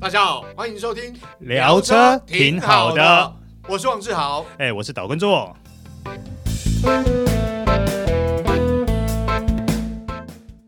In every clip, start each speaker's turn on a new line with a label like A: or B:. A: 大家好，欢迎收听
B: 聊车挺好的，
A: 我是王志豪。
B: 哎、我是岛根座。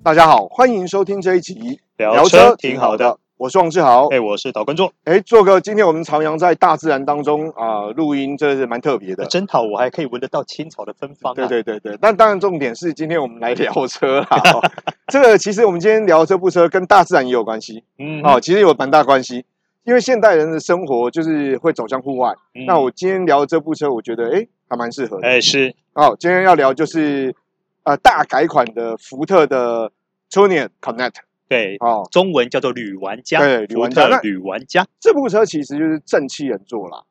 A: 大家好，欢迎收听这一集
B: 聊车挺好的，
A: 我是王志豪。
B: 哎、我是岛根座。
A: 哎，做哥，今天我们徜徉在大自然当中啊、录音真的是蛮特别的。
B: 真呃好，我还可以闻得到青草的芬芳、啊。
A: 对，对对对，但当然重点是今天我们来聊车啦。哦、 这个其实我们今天聊这部车跟大自然也有关系
B: 嗯，
A: 哦，其实有蛮大关系。因为现代人的生活就是会走向户外，
B: 嗯
A: 那我今天聊这部车，我觉得哎还蛮适合的。
B: 哎、是，
A: 好，今天要聊就是呃大改款的福特的 t u n i o Connect
B: 对，
A: 哦，
B: 中文叫做旅玩家，
A: 对旅玩家
B: 福特
A: 那
B: 旅玩家，
A: 这部车其实就是正气人做啦，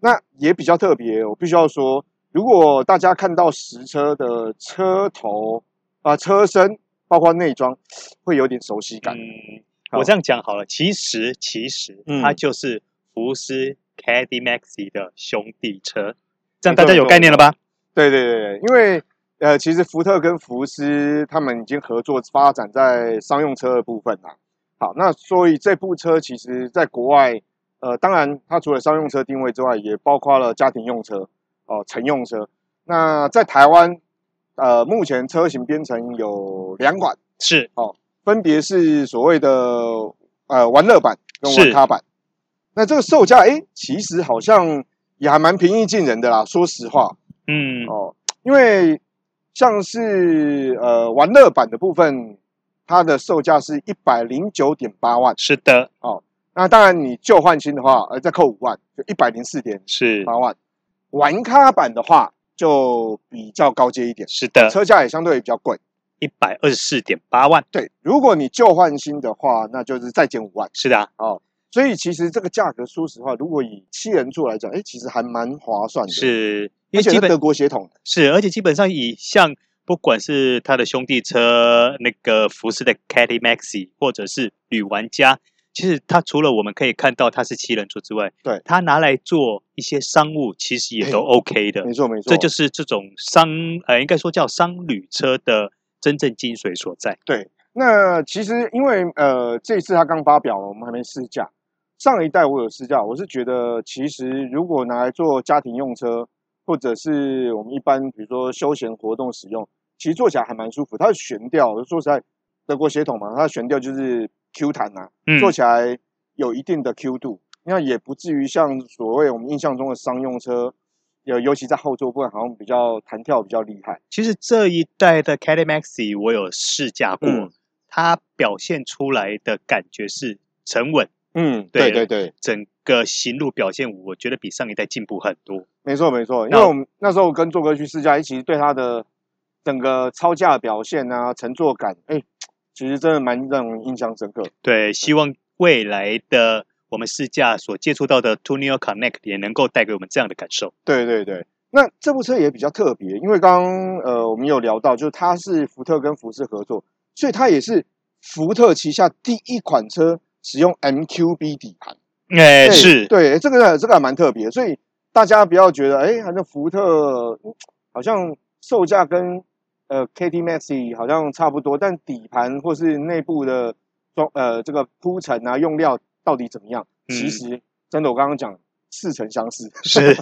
A: 那也比较特别，我必须要说，如果大家看到实车的车头啊、车身，包括内装，会有点熟悉感。
B: 嗯，
A: 好
B: 我这样讲好了，其实其实、
A: 嗯
B: 它就是福斯 Caddy Maxi 的兄弟车，这
A: 没错
B: 样大家有
A: 没错
B: 概念了吧？
A: 对对对，对因为呃，其实福特跟福斯他们已经合作发展在商用车的部分啦。好，那所以这部车其实在国外，呃，当然它除了商用车定位之外，也包括了家庭用车哦、乘用车。那在台湾，呃，目前车型编成有两款，
B: 是，
A: 分别是所谓的呃玩乐版跟玩咖版。那这个售价，哎，其实好像也还蛮平易近人的啦。说实话，
B: 嗯，
A: 哦，因为像是呃玩乐版的部分，它的售价是一百零九点八万。
B: 是的，
A: 那当然你旧换新的话，呃再扣五万，就一百零四点
B: 是
A: 八万。玩咖版的话就比较高阶一点，
B: 是的，
A: 车价也相对比较贵。
B: 一百二十四点八万，
A: 对，如果你旧换新的话，那就是再减五万。
B: 是的啊、
A: 所以其实这个价格，说实话，如果以七人座来讲，哎，其实还蛮划算的。，
B: 是
A: 嗯而
B: 因为
A: 且
B: 基
A: 是
B: 本
A: 德国血统的。
B: 是，而且基本上以像不管是他的兄弟车那个福斯的 Caddy Maxi，或者是女玩家，其实它除了我们可以看到它是七人座之外，
A: 对
B: 它拿来做一些商务，其实也都
A: 哎
B: OK 的
A: 没。错，没错，
B: 这就是这种商呃，应该说叫商旅车的真正精髓所在。
A: 那其实因为呃，这一次它刚发表了，我们还没试驾。上一代我有试驾，我是觉得其实如果拿来做家庭用车，或者是我们一般比如说休闲活动使用，其实坐起来还蛮舒服。它的悬吊，我说实在，德国血统嘛，它的悬吊就是 Q 弹啊，
B: 嗯，
A: 坐起来有一定的 Q 度，那也不至于像所谓我们印象中的商用车，尤尤其在后座部分好像比较弹跳比较厉害。
B: 其实这一代的 Caddy Maxi 我有试驾过，
A: 嗯
B: 它表现出来的感觉是沉稳，
A: 嗯，
B: 对
A: 对对。
B: 整个行路表现，我觉得比上一代进步很多。
A: 没错没错，因
B: 那
A: 为我们那时候跟做哥去试驾，其实对他的整个超价表现啊、乘坐感，哎、其实真的蛮让人印象深刻。
B: 对，希望未来的我们试驾所接触到的 Tunio Connect 也能够带给我们这样的感受。
A: 对对对，那这部车也比较特别，因为刚刚呃我们有聊到，就是它是福特跟福斯合作，所以它也是福特旗下第一款车使用 MQB 底盘。
B: 哎、
A: 对
B: 是，
A: 对，这个这个还蛮特别，所以大家不要觉得，哎，好像福特嗯好像售价跟呃 KT Maxi 好像差不多，但底盘或是内部的装呃这个铺陈啊用料到底怎么样？
B: 嗯
A: 其实真的我刚刚讲似曾相识，
B: 是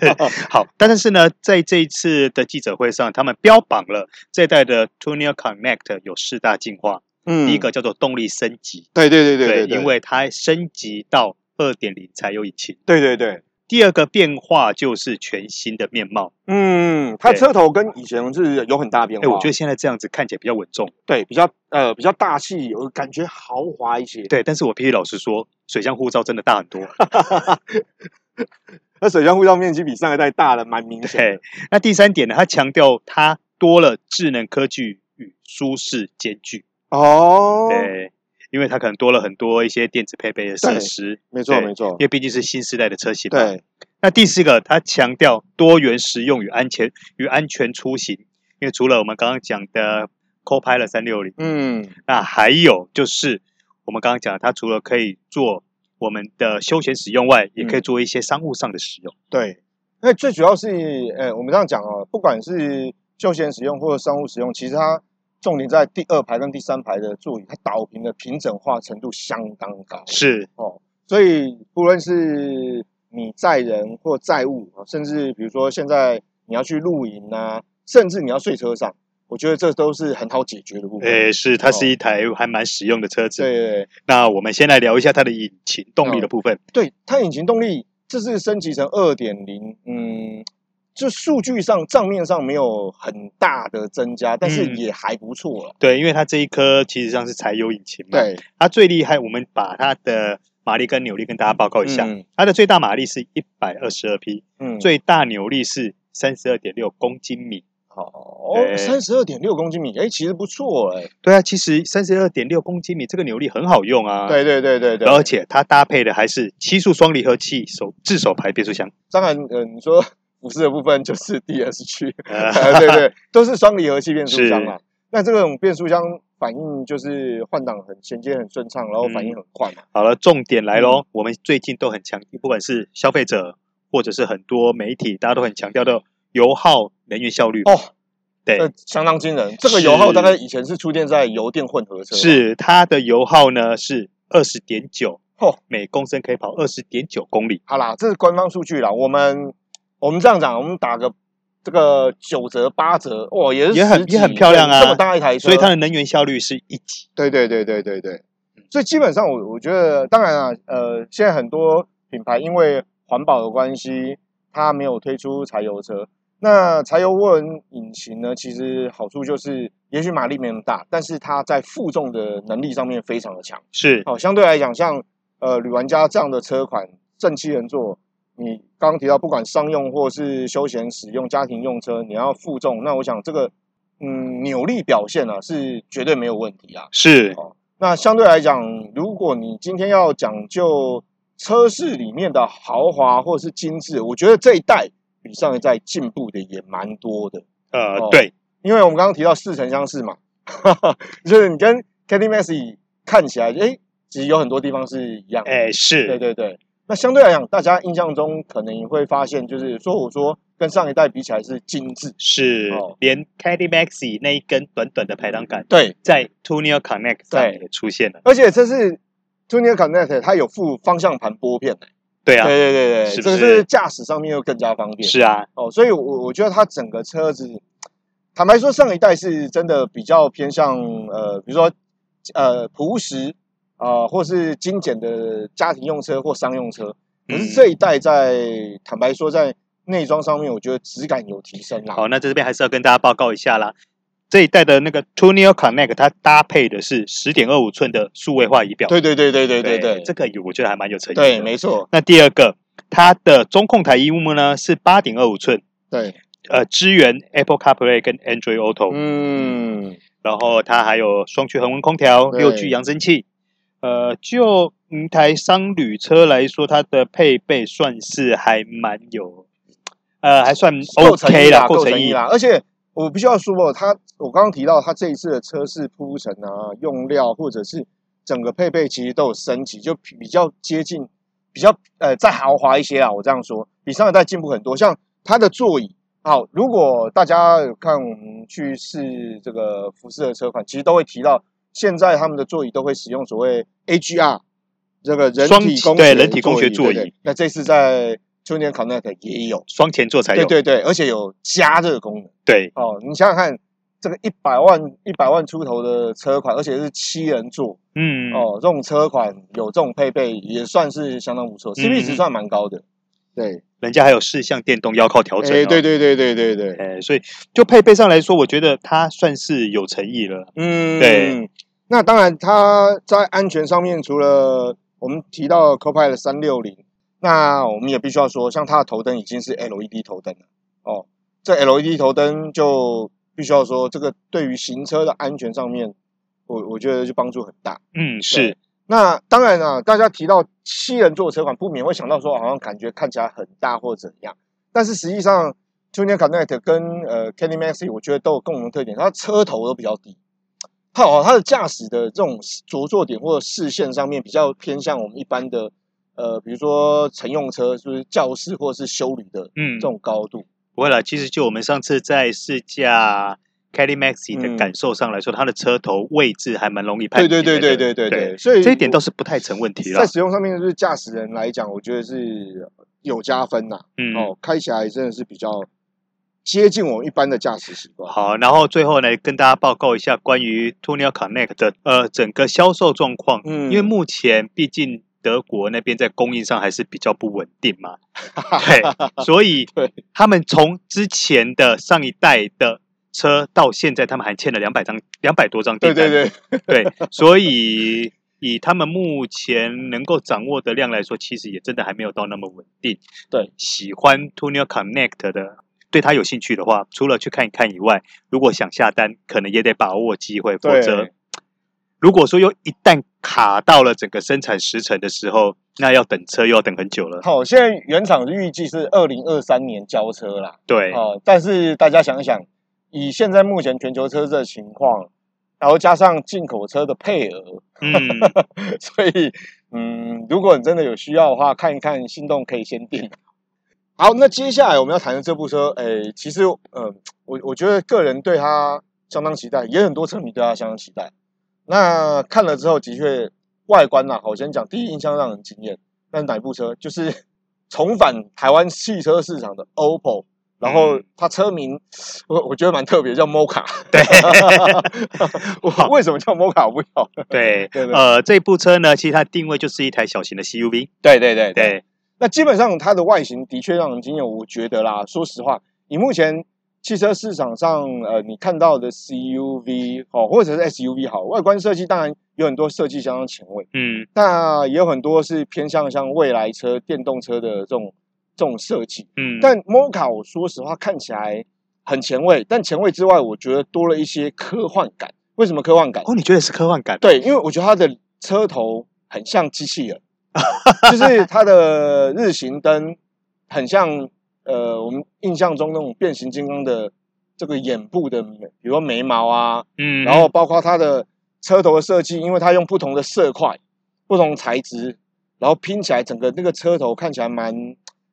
B: 好。但是呢，在这一次的记者会上，他们标榜了这一代的 Tunio Connect 有四大进化，
A: 嗯
B: 第一个叫做动力升级，
A: 对对对对对，
B: 因为它升级到二点零柴油引擎。
A: 对对对。
B: 第二个变化就是全新的面貌，
A: 嗯，它
B: 对
A: 车头跟以前是有很大变
B: 哎、
A: 化，
B: 我觉得现在这样子看起来比较稳重。
A: 对比较呃比较大气，有感觉豪华一些。
B: 对，但是我必须老实说，水箱护罩真的大很 多。
A: 那水箱护罩面积比上一代大了，蛮明显的。
B: 对，那第三点呢，它强调它多了智能科技与舒适兼具。
A: 哦，
B: 对，因为它可能多了很多一些电子配备的设
A: 对
B: 施，
A: 没错
B: 对
A: 没错
B: 因，为毕竟是新时代的车型。，
A: 对，
B: 那第四个，它强调多元实用与安全与安全出行，因为除了我们刚刚讲的 Copilot 三六零，
A: 嗯，
B: 那还有就是我们刚刚讲的，它除了可以做我们的休闲使用外，也可
A: 嗯
B: 以做一些商务上的使用。
A: 对。那最主要是，呃，我们这样讲哦，不管是休闲使用或者商务使用，其实它重点在第二排跟第三排的座椅，它导屏的平整化程度相当高
B: 是，
A: 哦。所以不论是你载人或载物，啊甚至比如说现在你要去露营啊，甚至你要睡车上，我觉得这都是很好解决的部分。哦
B: 呃，是它是一台还蛮实用的车子。
A: 对对对
B: 那我们先来聊一下它的引擎动力的
A: 哦
B: 部分。
A: 对，它引擎动力这次升级成二点零，嗯，就数据上账面上没有很大的增加，但是
B: 嗯
A: 也还不错了。
B: 对，因为它这一颗其实上是柴油引擎嘛，
A: 对，
B: 它最厉害，我们把它的马力跟扭力跟大家报告一下。
A: 嗯
B: 它的最大马力是一百二十二匹，
A: 嗯，
B: 最大扭力是三十二点六公斤米。
A: 好
B: 对，
A: 三十二点六公斤米，哎，其实不错哎。
B: 对啊，其实三十二点六公斤米这个扭力很好用啊。。
A: 对对对对对，
B: 而且它搭配的还是七速双离合器手自手排变速箱，
A: 当然，呃，你说 股市的部分就是 DS 区，
B: 呃
A: 呃对对，都是双离合器变速箱
B: 是
A: 嘛。那这种变速箱反应就是换挡很衔接很顺畅，然后反应很快嘛。
B: 好了，重点来
A: 嗯
B: 喽！我们最近都很强，不管是消费者或者是很多媒体，大家都很强调的油耗、能源效率。
A: 哦，
B: 对，
A: 这相当惊人。这个
B: 是
A: 油耗大概以前是出现在油电混合车，，
B: 是它的油耗呢是二十点九
A: 嚯，
B: 每公升可以跑二十点九公里。
A: 好啦，这是官方数据啦。我们我们这样讲，我们打个这个九折八折，哇，也是
B: 也很
A: 十几
B: 也很漂亮啊
A: 这么大一台车，
B: 所以它的嗯能源效率是一级。
A: 对对对对对对，所以基本上我我觉得，当然啊，呃，现在很多品牌因为环保的关系，它没有推出柴油车。那柴油涡轮引擎呢，其实好处就是，也许马力没那么大，但是它在负重的能力上面非常的强。
B: 是，
A: 好、哦相对来讲，像呃旅玩家这样的车款，正七人座，你刚刚提到不管商用或是休闲使用、家庭用车，你要负重，那我想这个嗯扭力表现啊是绝对没有问题啊。
B: 是
A: 哦那相对来讲，如果你今天要讲究车市里面的豪华或是精致，我觉得这一代比上一代进步的也蛮多的。
B: 呃，
A: 哦
B: 对，
A: 因为我们刚刚提到似曾相识嘛， 就是你跟 k a t y Messi 看起来，哎，其实有很多地方是一样的。
B: 哎是，
A: 对对对。那相对来讲，大家印象中可能也会发现，就是说我说跟上一代比起来是精致，
B: 是、
A: 哦
B: 连 Caddy Maxi 那一根短短的排挡杆
A: 对，
B: 在 t u n i o Connect 上
A: 对
B: 也出现了。
A: 而且这是 t u n i o Connect 它有附方向盘拨片，
B: 对啊，
A: 对对对对，
B: 是不
A: 这个
B: 是
A: 是驾驶上面又更加方便。
B: 是啊，
A: 哦，所以我我觉得它整个车子，坦白说，上一代是真的比较偏向呃，比如说呃朴实啊、呃或是精简的家庭用车或商用车。可是
B: 嗯
A: 这一代在、坦白说，在内装上面，我觉得质感有提升啦。
B: 好，那这边还是要跟大家报告一下啦。这一代的那个 t u n i o Connect，它搭配的是十点二五寸的数位化仪表。
A: 对对对对对对对，
B: 这个有我觉得还蛮有诚意的。
A: 对，没错，
B: 那第二个，它的中控台荧幕呢是八点二五寸，
A: 对，
B: 呃，支援 Apple CarPlay 跟 Android Auto，、
A: 嗯，
B: 然后它还有双区恒温空调、
A: 对
B: 六 G 扬声器。呃，就一台商旅车来说，它的配备算是还蛮有，呃，还算
A: 够诚
B: OK
A: 意
B: 啦，
A: 啦，
B: 够
A: 够
B: 诚
A: 诚
B: 意
A: 意。啦。而且我必须要说哦，它我刚刚提到它这一次的车饰铺陈啊、用料或者是整个配备，其实都有升级，就比比较接近，比较呃再豪华一些啊。我这样说，比上一代进步很多。像它的座椅，好，如果大家有看我们去试这个福斯的车款，其实都会提到，现在他们的座椅都会使用所谓 AGR 这个人
B: 双
A: 体
B: 体
A: 工
B: 对
A: 学
B: 人体工学座
A: 对对
B: 椅
A: 那这次在中年 Connect 也有。
B: 双前座才有，嗯
A: 对对对，而且有加热功能
B: 对
A: 哦。你想想看，这个一百万一百万出头的车款，而且是七人座、
B: 嗯，
A: 哦，这种车款有这种配备也算是相当不错、c p
B: 嗯嗯
A: 值算蛮高的。对，
B: 人家还有四项电动腰靠调整、哦，
A: 哎，对对对对对对，
B: 哎，所以就配备上来说，我觉得它算是有诚意了。
A: 嗯，
B: 对。
A: 那当然，它在安全上面，除了我们提到 Copilot 三六零，那我们也必须要说，像它的头灯已经是 LED 头灯了哦。这 LED 头灯就必须要说，这个对于行车的安全上面，我我觉得就帮助很大。
B: 嗯，是
A: 对那当然啊，大家提到七人座车款，不免会想到说，好像感觉看起来很大或怎样。但是实际上 t u n i o Connect 跟呃 Candy Maxi，我觉得都有共同特点，它车头都比较低。它哦，它的驾驶的这种着座点或者视线上面比较偏向我们一般的呃，比如说乘用车，就是教室或者是修旅的
B: 嗯
A: 这，种高度。
B: 不会啦。其实就我们上次在试驾 Caddy Maxi
A: 嗯
B: 的感受上来说，它的车头位置还蛮容易判
A: 对
B: 别
A: 对
B: 的。
A: 对对对对对，所以
B: 这一点
A: 我
B: 倒是不太成问题了
A: 在。使用上面，就是驾驶人来讲，我觉得是有加分呐、
B: 嗯，
A: 哦，开起来真的是比较接近我们一般的驾驶习惯。
B: 好，然后最后呢，跟大家报告一下关于 t u n e l Connect 的呃整个销售状况，
A: 嗯
B: 因为目前毕竟德国那边在供应上还是比较不稳定 嘛，对，所以
A: 对
B: 他们从之前的上一代的车到现在，他们还欠了两百张两百多张
A: 对
B: 订单，
A: 对对，
B: 对，所以以他们目前能够掌握的量来说，其实也真的还没有到那么稳定。
A: 对，
B: 喜欢 t u n e l Connect 的，对它有兴趣的话，除了去看一看以外，如果想下单，可能也得把握机会，否
A: 对
B: 则，如果说又一旦卡到了整个生产时程的时候，那要等车又要等很久了。
A: 好，现在原厂预计是二零二三年交车啦。
B: 对，
A: 哦，但是大家想一想，以现在目前全球车市的情况，然后加上进口车的配额，
B: 嗯，
A: 所以嗯，如果你真的有需要的话，看一看心动可以先定。啊好，那接下来我们要谈的这部车，诶，其实呃，我我觉得个人对它相当期待，也很多车迷对它相当期待。那看了之后，的确外观呐、我先讲第一印象让人惊艳。那是哪一部车？就是 重返台湾汽车市场的 OPPO，然后
B: 嗯
A: 它车名我我觉得蛮特别，叫 Moca。
B: 对
A: 我为什么叫 Moca 我不晓得。
B: 对，
A: 对对
B: 呃，这部车呢，其实它定位就是一台小型的 CUV。
A: 对对对对。
B: 对，
A: 那基本上它的外形的确让人惊艳，我觉得啦，说实话，以目前汽车市场上，呃，你看到的 CUV 哦，或者是 SUV 好，外观设计当然有很多设计相当前卫，
B: 嗯
A: 那也有很多是偏向像未来车、电动车的这种这种设计。
B: 嗯，
A: 但 Moca 我说实话看起来很前卫，但前卫之外，我觉得多了一些科幻感。为什么科幻感？
B: 哦，你觉得是科幻感？
A: 对，因为我觉得它的车头很像机器 人，就是它的日行灯很像呃，我们印象中那种变形金刚的这个眼部的眉，比如说眉毛啊，
B: 嗯，
A: 然后包括它的车头的设计，因为它用不同的色块、不同材质，然后拼起来，整个那个车头看起来蛮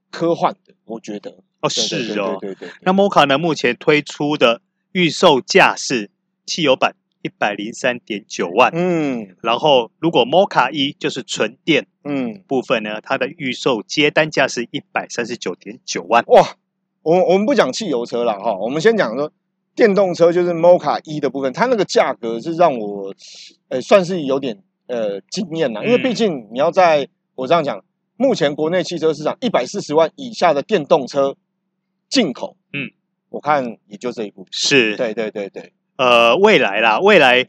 A: 科幻的，我觉得。
B: 哦
A: 对对
B: 是哦，
A: 对对对对
B: 那 Moca 呢，目前推出的预售价是汽油版一百零三点九万，
A: 嗯
B: 然后如果 Moca 一就是纯电
A: 嗯，
B: 部分呢，它的预售接单价是一百三十九点九万。
A: 哇，我们我们不讲汽油车了哈，我们先讲说电动车，就是 Moca 一的部分，它那个价格是让我，呃，算是有点呃惊艳了，因为
B: 嗯
A: 毕竟你要在我这样讲，目前国内汽车市场一百四十万以下的电动车进口，
B: 嗯，
A: 我看也就这一部，
B: 是，
A: 对对对对，
B: 呃，未来啦，未来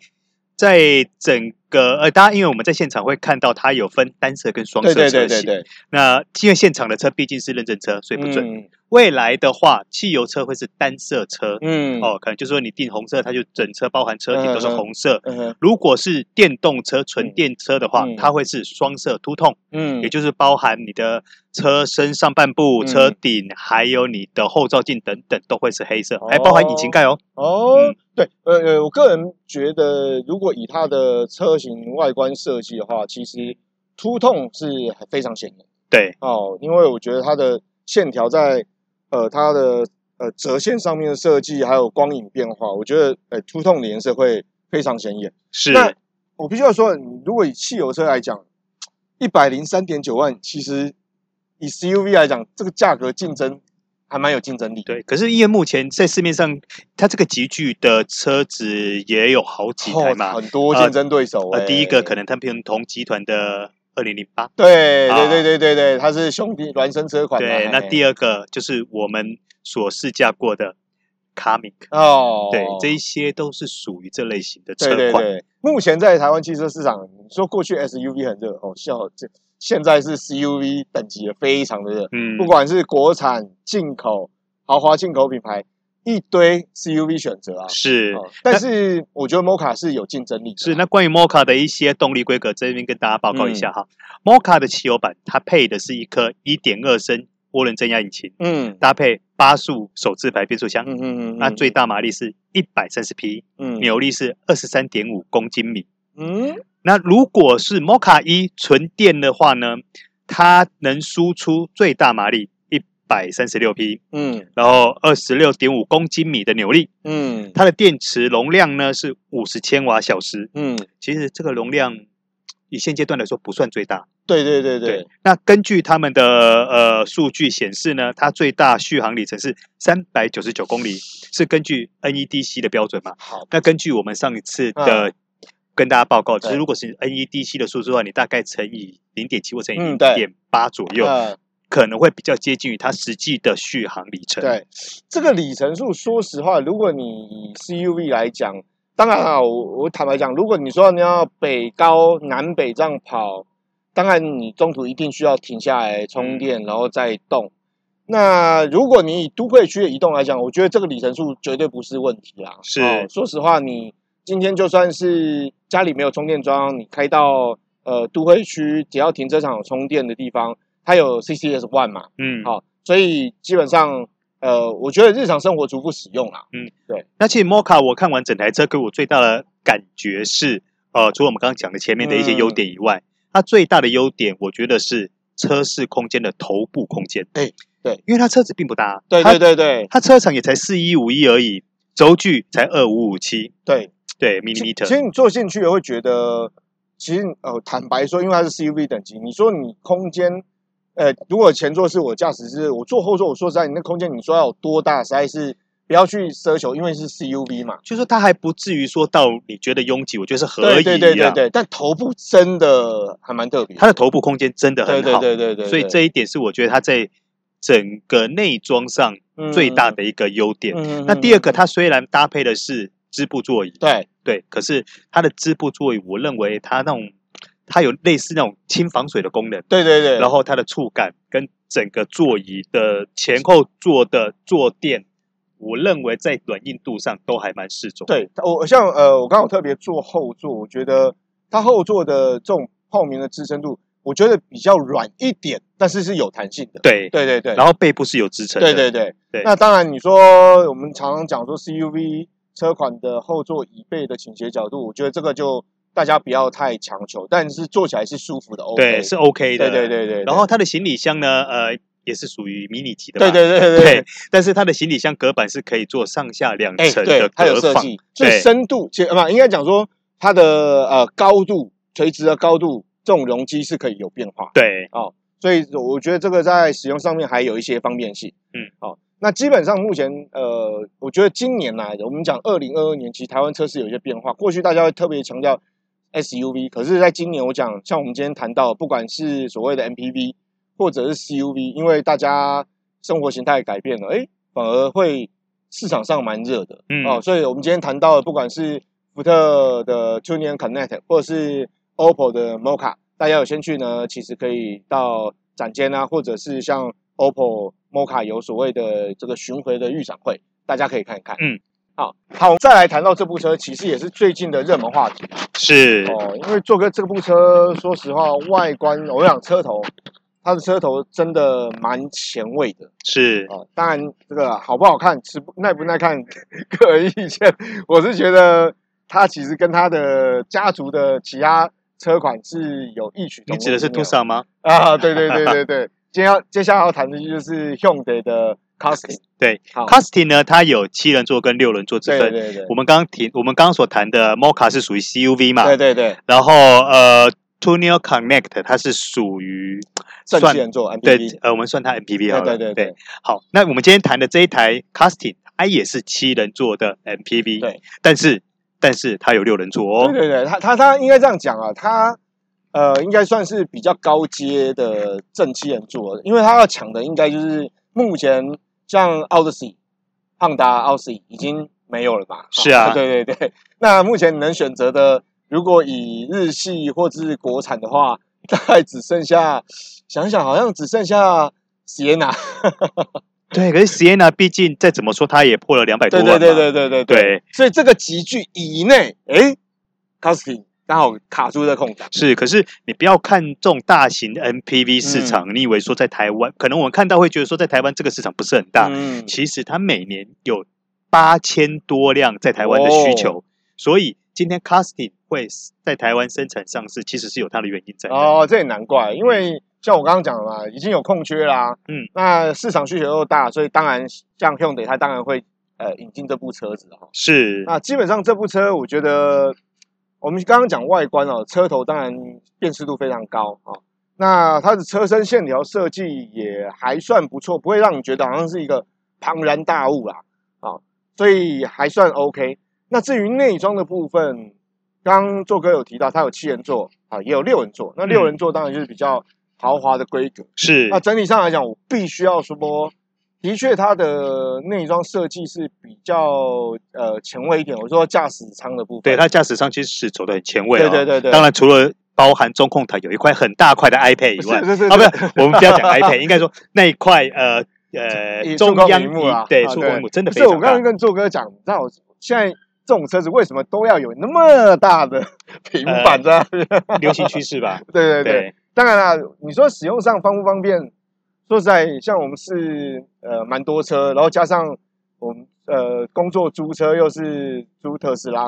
B: 在整个呃，大家因为我们在现场会看到它有分单色跟双色
A: 对
B: 车
A: 对
B: 型，
A: 对对对，
B: 那因为现场的车毕竟是认证车，所以不准。
A: 嗯
B: 未来的话，汽油车会是单色车。
A: 嗯
B: 哦，可能就是说你订红色，它就整车包含车体都是
A: 嗯嗯嗯
B: 红色，
A: 嗯哼
B: 如果是电动车、纯电车的话，
A: 嗯
B: 它会是双色凸痛，
A: 嗯，
B: 也就是包含你的车身上半部、
A: 嗯
B: 车顶，还有你的后照镜等等，都会是黑色
A: 哦，
B: 还包含引擎盖哦。
A: 哦
B: 嗯，
A: 对，呃呃，我个人觉得，如果以它的车型外观设计的话，其实凸痛是非常显眼
B: 对，
A: 哦，因为我觉得它的线条在呃它的呃折线上面的设计，还有光影变化，我觉得呃凸痛的颜色会非常显眼。
B: 是，
A: 那我必须要说，你如果以汽油车来讲，一百零三点九万，其实以 CUV 来讲，这个价格竞争还蛮有竞争力。
B: 对。可是因为目前在市面上，它这个集聚的车子也有好几台嘛。
A: 哦很多竞争对手、欸
B: 呃，第一个可能他们同集团的二零零八，
A: 对
B: 啊
A: 对对对对对，它是兄弟孪生车款嘛。啊
B: 对。那第
A: 二
B: 二个就是我们所试驾过的 Comic，
A: 哦，
B: 对，这一些都是属于这类型的车
A: 对
B: 款。
A: 对对，目前在台湾汽车市场，你说过去 SUV 很热哦，笑这现在是 CUV 等级也非常的热，
B: 嗯，
A: 不管是国产、进口、豪华进口品牌，一堆 CUV 选择啊。
B: 是
A: 哦但是我觉得 Moca 是有竞争力的，
B: 是，那关于 Moca 的一些动力规格，这边跟大家报告一
A: 嗯
B: 下哈。Moca 的汽油版，它配的是一颗1.2升涡轮增压引擎，
A: 嗯
B: 搭配八速手自排变速箱，
A: 嗯嗯嗯，
B: 那最大马力是130匹，
A: 嗯
B: 扭力是23.5公斤米。
A: 嗯
B: 那如果是 Moca 一纯电的话呢，它能输出最大马力百三十六匹，
A: 嗯
B: 然后二十六点五公斤米的扭力。
A: 嗯
B: 它的电池容量呢是五十千瓦小时，
A: 嗯，
B: 其实这个容量以现阶段来说不算最大。
A: 对对对对，，
B: 那根据他们的呃数据显示呢，它最大续航里程是三百九十九公里，是根据 NEDC 的标准嘛？
A: 好，嗯
B: 那根据我们上一次的跟大家报告，就是
A: 对
B: 如果是 NEDC 的数字的话，你大概乘以零点七或乘以零
A: 嗯对
B: 点八左右，
A: 嗯
B: 可能会比较接近于它实际的续航里程。，
A: 对，这个里程数，说实话，如果你以 CUV 来讲，当然啊，我我坦白讲，如果你说你要北高南北这样跑，当然你中途一定需要停下来充电，然后再动。那如果你以都会区的移动来讲，我觉得这个里程数绝对不是问题啦。
B: 是
A: 哦说实话，你今天就算是家里没有充电桩，你开到呃都会区，只要停车场有充电的地方，它有 CCS One 嘛，
B: 嗯，
A: 好、所以基本上，呃，我觉得日常生活逐步使用啦。
B: 那其实 Moca 我看完整台车，给我最大的感觉是，呃，除了我们刚刚讲的前面的一些优点以外，
A: 嗯
B: 它最大的优点我觉得是车室空间的头部空间。
A: 哎对，
B: 因为它车子并不大，
A: 对
B: 它
A: 对，对对
B: 它车长也才四一五一而已，轴距才二五五七，
A: 对，
B: 对
A: 其
B: ，millimeter。
A: 其实你坐进去也会觉得，其实呃，坦白说，因为它是 CUV 等级，你说你空间，呃，如果前座是我驾驶室，我坐后座，我说实在，你那空间你说要有多大，实在是不要去奢求，因为是 CUV 嘛。
B: 就是说它还不至于说到你觉得拥挤，我觉得是合啊
A: 对
B: 理的。
A: 对对对对，但头部真的还蛮特别的。
B: 它的头部空间真的很
A: 对
B: 好，
A: 对对对对，
B: 所以这一点是我觉得它在整个内装上最大的一个优点。
A: 嗯嗯。嗯
B: 那第二个，
A: 嗯
B: 它虽然搭配的是织布座椅，
A: 对
B: 对，可是它的织布座椅，我认为它那种它有类似那种轻防水的功能，
A: 对对对，
B: 然后它的触感跟整个座椅的前后座的坐垫，我认为在软硬度上都还蛮适中。，
A: 对，我像呃，我刚好特别坐后座，我觉得它后座的这种泡棉的支撑度，我觉得比较软一点，但是是有弹性的。
B: 对，
A: 对对对，
B: 然后背部是有支撑的，
A: 对对对
B: 对
A: 那当然，你说我们常常讲说 CUV 车款的后座椅背的倾斜角度，我觉得这个就大家不要太强求，但是坐起来是舒服的。OK，
B: 对是 OK 的，
A: 对对对对。
B: 然后它的行李箱呢，呃，也是属于迷你级的嘛，
A: 对对对
B: 对
A: 对
B: 但是它的行李箱隔板是可以做上下两
A: 哎，
B: 层的
A: 对，它有
B: 隔
A: 设
B: 放，
A: 计，所以
B: 对
A: 深度，其实不应该讲说它的呃高度垂直的高度，这种容积是可以有变化。
B: 对，
A: 所以我觉得这个在使用上面还有一些方便性。
B: 嗯，
A: 好、那基本上目前呃，我觉得今年呐、我们讲二零二二年，其实台湾车市有一些变化。过去大家会特别强调 SUV，可是在今年我讲，像我们今天谈到，不管是所谓的 MPV 或者是 CUV，因为大家生活形态改变了，哎，反而会市场上蛮热的。
B: 嗯
A: 哦，所以我们今天谈到的，不管是福特的 Tuning Connect 或者是 OPPO 的 Mocha，大家有兴趣呢，其实可以到展间啊，或者是像 OPPO Mocha 有所谓的这个巡回的预展会，大家可以看一看。
B: 嗯，
A: 好，好，我们再来谈到这部车，其实也是最近的热门话题
B: 是，
A: 哦，因为做哥这部车，说实话，外观我想车头，它的车头真的蛮前卫的。
B: 是，
A: 哦，当
B: 嗯
A: 然这个好不好看、吃不耐不耐看， 个人意见。我是觉得它其实跟它的家族的其他车款是有异曲同工
B: 你指的是
A: 之妙
B: Tucson 吗？
A: 啊？对对对对对。接下接下来要谈的就是 Hyundai 的 Custom，
B: 对
A: 好
B: c u s t i n 呢，它有七人座跟六人座之
A: 对
B: 分。
A: 嗯对对对
B: 我们刚刚提，我们刚刚所谈的 Mocha 是属于 CUV 嘛，
A: 对对对，
B: 然后呃 t u n i o Connect 它是属于
A: 正
B: 算
A: 七人座 MPV，
B: 对，呃，我们算它 MPV 好
A: 对
B: 了。
A: 对对对，
B: 好，那我们今天谈的这一台 Casting，它也是七人座的 MPV，
A: 对，
B: 但是但是它有六人座
A: 对
B: 哦，
A: 对对，它它它应该这样讲啊，它呃应该算是比较高阶的正七人座，因为它要抢的应该就是目前像奥德 y 汉达奥德 y 已经没有了嘛。
B: 是啊
A: 对对对。那目前能选择的，如果以日系或是国产的话，大概只剩下想一想好像只剩下 Sienna。
B: 对，可是 Sienna 毕竟再怎么说它也破了两百多
A: 对
B: 万嘛，
A: 对对对对对对。
B: 对
A: 所以这个集聚以内，诶 c o s t i n 刚好卡住这空档。
B: 是，可是你不要看重大型
A: 嗯
B: MPV 市场，你以为说在台湾，可能我们看到会觉得说在台湾这个市场不是啊很大，
A: 嗯
B: 其实它每年有八千多辆在台湾的需求，
A: 哦
B: 所以今天 Casting 会在台湾生产上市，其实是有它的原因在的。
A: 哦哦，这也难怪，因为像我刚刚讲的嘛，已经有空缺啦，
B: 嗯，
A: 那市场需求又大，所以当然像 Hyundai 它当然会呃引进这部车子哈、
B: 是，
A: 那基本上这部车，我觉得我们刚刚讲外观哦，车头当然辨识度非常高啊、哦。那它的车身线条设计也还算不错，不会让你觉得好像是一个庞然大物啦啊、哦所以还算 OK。那至于内装的部分，刚刚做哥有提到，它有七人座啊，也有六人座。那六人座当然就是比较豪华的规格。
B: 是
A: 那，整体上来讲，我必须要说，的确它的内装设计是比较呃前卫一点。我说驾驶舱的部分，
B: 对，它驾驶舱其实是走的很前卫、哦。
A: 对对对对，
B: 当然，除了包含中控台有一块很大块的 iPad 以外，
A: 是是是
B: 啊，不是，我们不要讲 iPad，应该说那一块呃 呃
A: 也
B: 中
A: 触
B: 央
A: 控屏幕啊
B: 仪对
A: 啊
B: 触
A: 对
B: 控屏幕真的
A: 不
B: 非
A: 是我
B: 常
A: 刚刚
B: 大。
A: 跟做哥讲，你知道我现在这种车子为什么都要有那么大的 屏
B: 呃
A: 板在那边？
B: 流行趋势吧，
A: 对对对，
B: 对，
A: 当然啦，你说使用上方不方便？说实在，像我们是呃蛮多车，然后加上我们呃工作租车又是租特斯拉，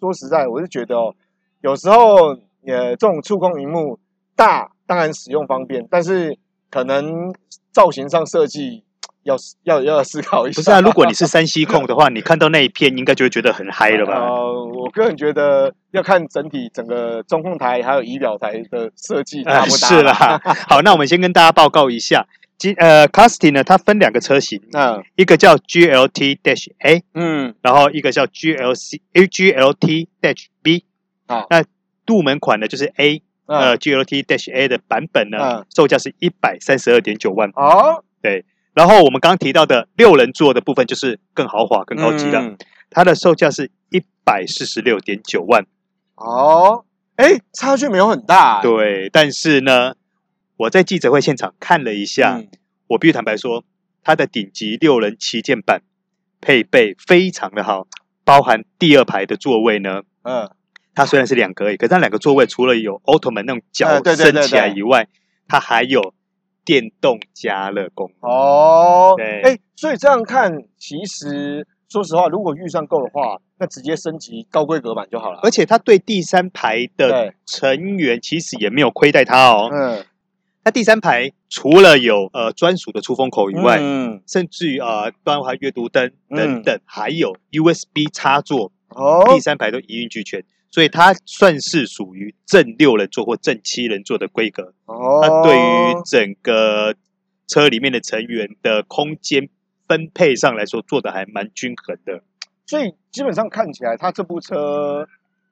A: 说实在，我是觉得哦，有时候呃这种触控荧幕大，当然使用方便，但是可能造型上设计要要要思考一下。
B: 不是啊，如果你是山西控的话，你看到那一片应该就会觉得很嗨了吧？
A: 呃，我个人觉得要看整体整个中控台还有仪表台的设计搭
B: 呃，
A: 不搭、
B: 是啦。好，那我们先跟大家报告一下，今呃 c a s t i 呢，它分两个车型，
A: 嗯
B: 一个叫 GLT Dash A，
A: 嗯，
B: 然后一个叫 GLC A GLT Dash B。
A: 好
B: 那入门款呢就是 A，
A: 啊嗯
B: 呃 GLT Dash A 的版本呢
A: 嗯，
B: 售价是一百三十二点九万。
A: 哦，
B: 然后我们刚刚提到的六人座的部分就是更豪华、更高级了，
A: 嗯
B: 它的售价是一百四十六点九万。
A: 哦，哎，差距没有很大、哎
B: 对，但是呢，我在记者会现场看了一下，
A: 嗯
B: 我必须坦白说，它的顶级六人旗舰版配备非常的好，包含第二排的座位呢，
A: 嗯，
B: 它虽然是两格而已，可是它两个座位除了有奥特曼那种
A: 呃
B: 脚
A: 对对对
B: 伸起来
A: 对
B: 以外，它还有电动加热功能。
A: 哦，
B: 对
A: 哎，所以这样看，其实说实话，如果预算够的话，那直接升级高规格版就好了。
B: 而且它对第三排的
A: 对，
B: 成员其实也没有亏待它哦。
A: 嗯，
B: 它第三排除了有呃专属的出风口以外，
A: 嗯，
B: 甚至于呃端环阅读灯
A: 嗯
B: 等等，还有 USB 插座，
A: 哦，
B: 第三排都一应俱全，所以它算是属于正六人座或正七人座的规格。
A: 哦，
B: 它对于整个车里面的成员的空间分配上来说，做的还蛮均衡的，
A: 所以基本上看起来，它这部车，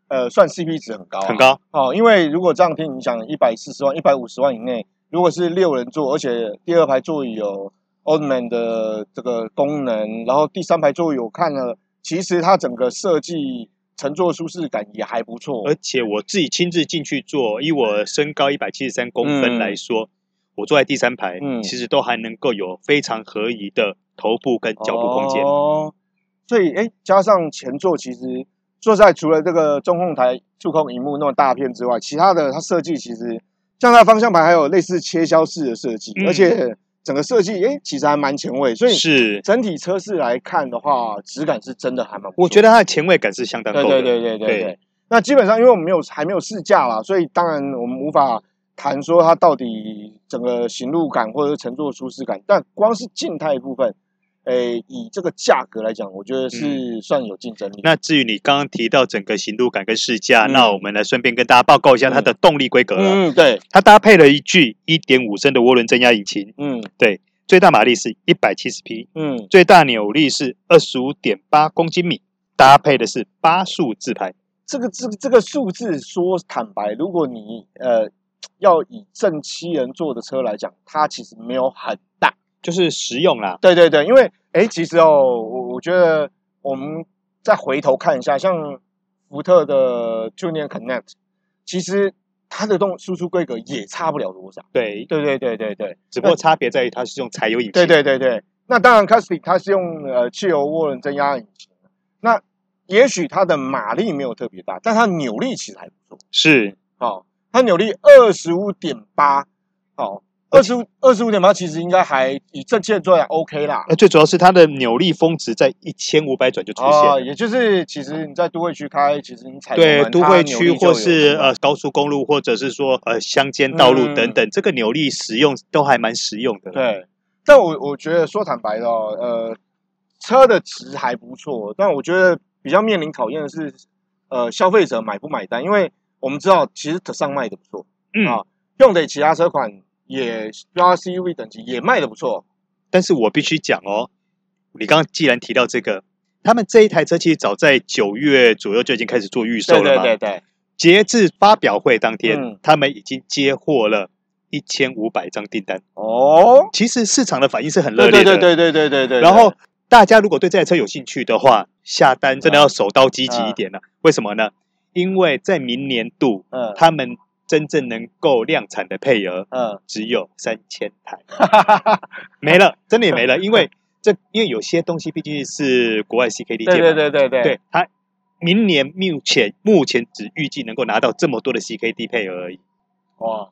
A: 呃，算 CP 值很高、
B: 很。高。
A: 哦，因为如果这样听，你想一百四十万、一百五十万以内，如果是六人座，而且第二排座椅有 Oldman 的这个功能，然后第三排座椅我看了，其实它整个设计乘坐舒适感也还不错
B: 而。且我自己亲自进去坐，以我身高一百七十三公分来说，我坐在第三排，
A: 嗯
B: 其实都还能够有非常合宜的头部跟脚部空间。
A: 哦，所以哎，加上前座，其实坐在除了这个中控台触控荧幕那么大片之外，其他的它设计其实像它的方向盘还有类似切削式的设计，
B: 嗯
A: 而且整个设计哎其实还蛮前卫，所以
B: 是，
A: 整体车市来看的话，质感是真的还蛮不错。
B: 我觉得它的前卫感是相当
A: 对
B: 够
A: 对
B: 的。
A: 对对对
B: 对
A: 对。那基本上，因为我们没有还没有试驾啦，所以当然我们无法谈说它到底整个行路感或者是乘坐舒适感。但光是静态部分，诶，以这个价格来讲，我觉得是算有竞争力。
B: 嗯那啊至于你刚刚提到整个行路感跟试驾，
A: 嗯
B: 那我们来顺便跟大家报告一下它的动力规格啊、
A: 嗯，对，
B: 它搭配了一具1.5升的涡轮增压引擎，
A: 嗯
B: 最大马力是170匹，
A: 嗯，
B: 最大扭力是25.8公斤米，搭配的是八速自排。
A: 这个这个这个数字说坦白，如果你呃要以正七人座的车来讲，它其实没有很大。
B: 就是实用啦，
A: 对对对，因为哎，诶其实哦，我我觉得我们再回头看一下，像福特的 Junior Connect，其实它的动输出规格也差不了多少。
B: 对，
A: 对对对对对
B: 只不过差别在于它是用柴油引擎。
A: 对对对对。那当然 c a s t i 它是用呃汽油涡轮增压引擎，那也许它的马力没有特别大，但它扭力其实还不错。
B: 是
A: 哦，它扭力二十五点八，哦，二十五二十五点八其实应该还以这届做还 OK 啦。
B: 呃，最主要是它的扭力峰值在一千五百转就出现了。
A: 哦，也就是其实你在都会区开，其实你采
B: 对
A: 油门
B: 都
A: 它
B: 会
A: 扭
B: 区
A: 力就
B: 或
A: 有
B: 是
A: 了
B: 呃高速公路，或者是说呃乡间道路等等，这个扭力使用都还蛮实用的。，
A: 嗯对，但我我觉得说坦白的哦，呃，车的值还不错，但我觉得比较面临考验的是，呃，消费者买不买单，因为我们知道其实 t 上卖的不错，
B: 嗯
A: 啊，用的其他车款也标 CUV 等级也卖的不错，
B: 但是我必须讲哦，你刚刚既然提到这个，他们这一台车其实早在九月左右就已经开始做预售
A: 对
B: 了
A: 对
B: 嘛，
A: 对对，
B: 截至发表会当天，
A: 嗯
B: 他们已经接获了一千五百张订单。
A: 哦，
B: 其实市场的反应是很
A: 对
B: 热烈
A: 对
B: 的，
A: 对对对对对对，
B: 然后大家如果对这台车有兴趣的话，下单
A: 嗯
B: 真的要手刀积极一点了。啊为什么呢？因为在明年度，
A: 嗯
B: 他们真正能够量产的配额
A: 嗯，
B: 只有三千 台，没了，真的也没了。因为这因为有些东西毕竟是国外 CKD
A: 对
B: 界
A: 对
B: 嘛，
A: 对对对
B: 对它明年目前目前只预计能够拿到这么多的 CKD 配额而已。
A: 哇，哦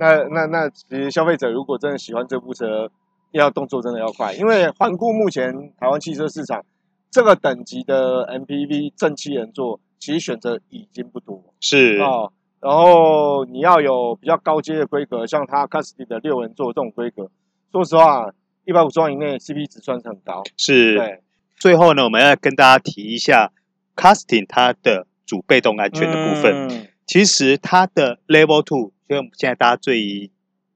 A: 那那那，其实消费者如果真的喜欢这部车，要动作真的要快，因为环顾目前台湾汽车市场，这个等级的 MPV 正七人座，其实选择已经不多
B: 是，
A: 哦。然后你要有比较高阶的规格，像它 Custody 的六人座这种规格，说实话，一百五十万以内 CP 值算是很高。
B: 是，
A: 对，
B: 最后呢，我们要跟大家提一下 casting 它的主被动安全的部分。
A: 嗯
B: 其实它的 level two，就我们现在大家最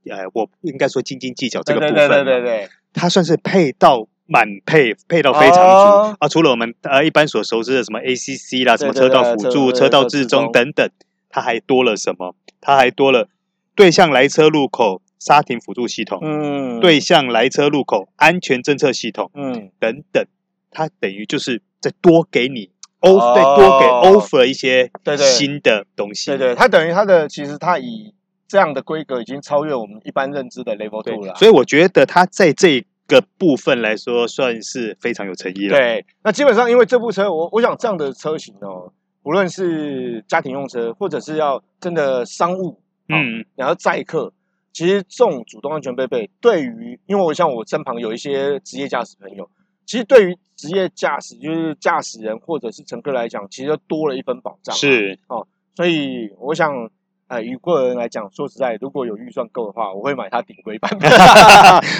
B: 呃，我应该说斤斤计较这个部分，
A: 对对对对对，
B: 它算是配到满配，配到非常足、
A: 哦
B: 啊。除了我们呃一般所熟知的什么 ACC 啦，什么
A: 对对
B: 车道
A: 对
B: 辅助、
A: 车
B: 车道
A: 车
B: 至
A: 至
B: 中
A: 中
B: 等等，它还多了什么？它还多了对向来车路口刹停辅助系统、
A: 嗯，
B: 对，向来车路口安全侦测系统。
A: 嗯，
B: 等等，它等于就是再多给你 offer，、再
A: 哦
B: 多给 offer 一些
A: 对对
B: 新的东西。
A: 对对，它等于它的其实它以这样的规格已经超越我们一般认知的 Level Two 了。
B: 所以我觉得它在这个部分来说算是非常有诚意了。，
A: 对，那基本上因为这部车，我我想这样的车型哦，无论是家庭用车，或者是要真的商务，
B: 嗯，
A: 然后载客，其实这种主动安全配备，对于因为我像我身旁有一些职业驾驶朋友，其实对于职业驾驶就是驾驶人或者是乘客来讲，其实就多了一份保障。。
B: 是
A: 所以我想，呃，以个人来讲，说实在，如果有预算够的话，我会买它顶规版 的。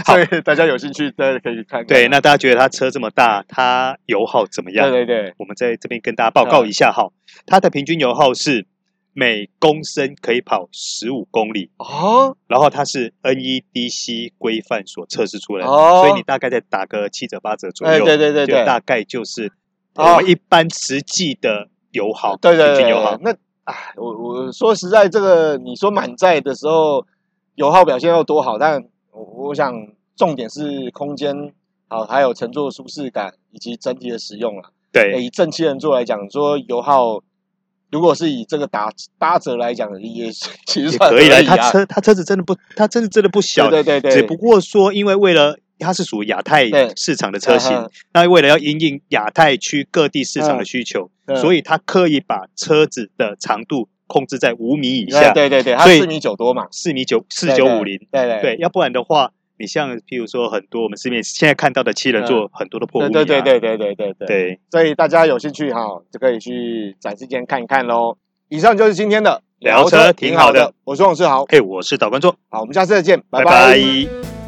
A: 所以大家有兴趣，大家可以看看。
B: 对。那大家觉得它车这么大，它油耗怎么样？
A: 对对对，
B: 我们在这边跟大家报告一下哈，它的平均油耗是每公升可以跑十五公里。
A: 哦，
B: 然后它是 NEDC 规范所测试出来的，
A: 哦
B: 所以你大概再打个七折八折左右，
A: 哎，对对对
B: 就
A: 对，
B: 大概就是
A: 哦
B: 我们一般实际的油耗，
A: 对对对
B: 平均
A: 对
B: 油耗
A: 对。那哎，我我说实在，这个你说满载的时候油耗表现要多好，但我我想重点是空间好，还有乘坐舒适感以及整体的使用啊。哎
B: 对
A: 以正七人座来讲，说油耗如果是以这个打八折来讲，也是其实
B: 也
A: 算
B: 可以
A: 了。
B: 了。它车它车子真的不，它真的真的不小，
A: 对对对对，
B: 只不过说因为为了。它是属于亚太
A: 对
B: 市场的车
A: 嗯
B: 型
A: 哼，
B: 那为了要因应亚太区各地市场的
A: 嗯
B: 需求，
A: 嗯
B: 所以它刻意把车子的长度控制在五米以
A: 对
B: 下，
A: 对对对，它
B: 所以
A: 四米九多嘛，
B: 四米九四
A: 对
B: 九五零，，
A: 对对
B: 对，要不然的话，你像譬如说很多我们市面现在看到的七人座，很多都破五
A: 嗯对
B: 米啊，
A: 对对对对对对对。
B: 对，
A: 所以大家有兴趣哈，就可以去展示间看一看喽。以上就是今天的
B: 聊车挺好的，
A: 我是王世豪，
B: 哎，我是导观众，
A: 好，我们下次再见，拜
B: 拜
A: 拜
B: 拜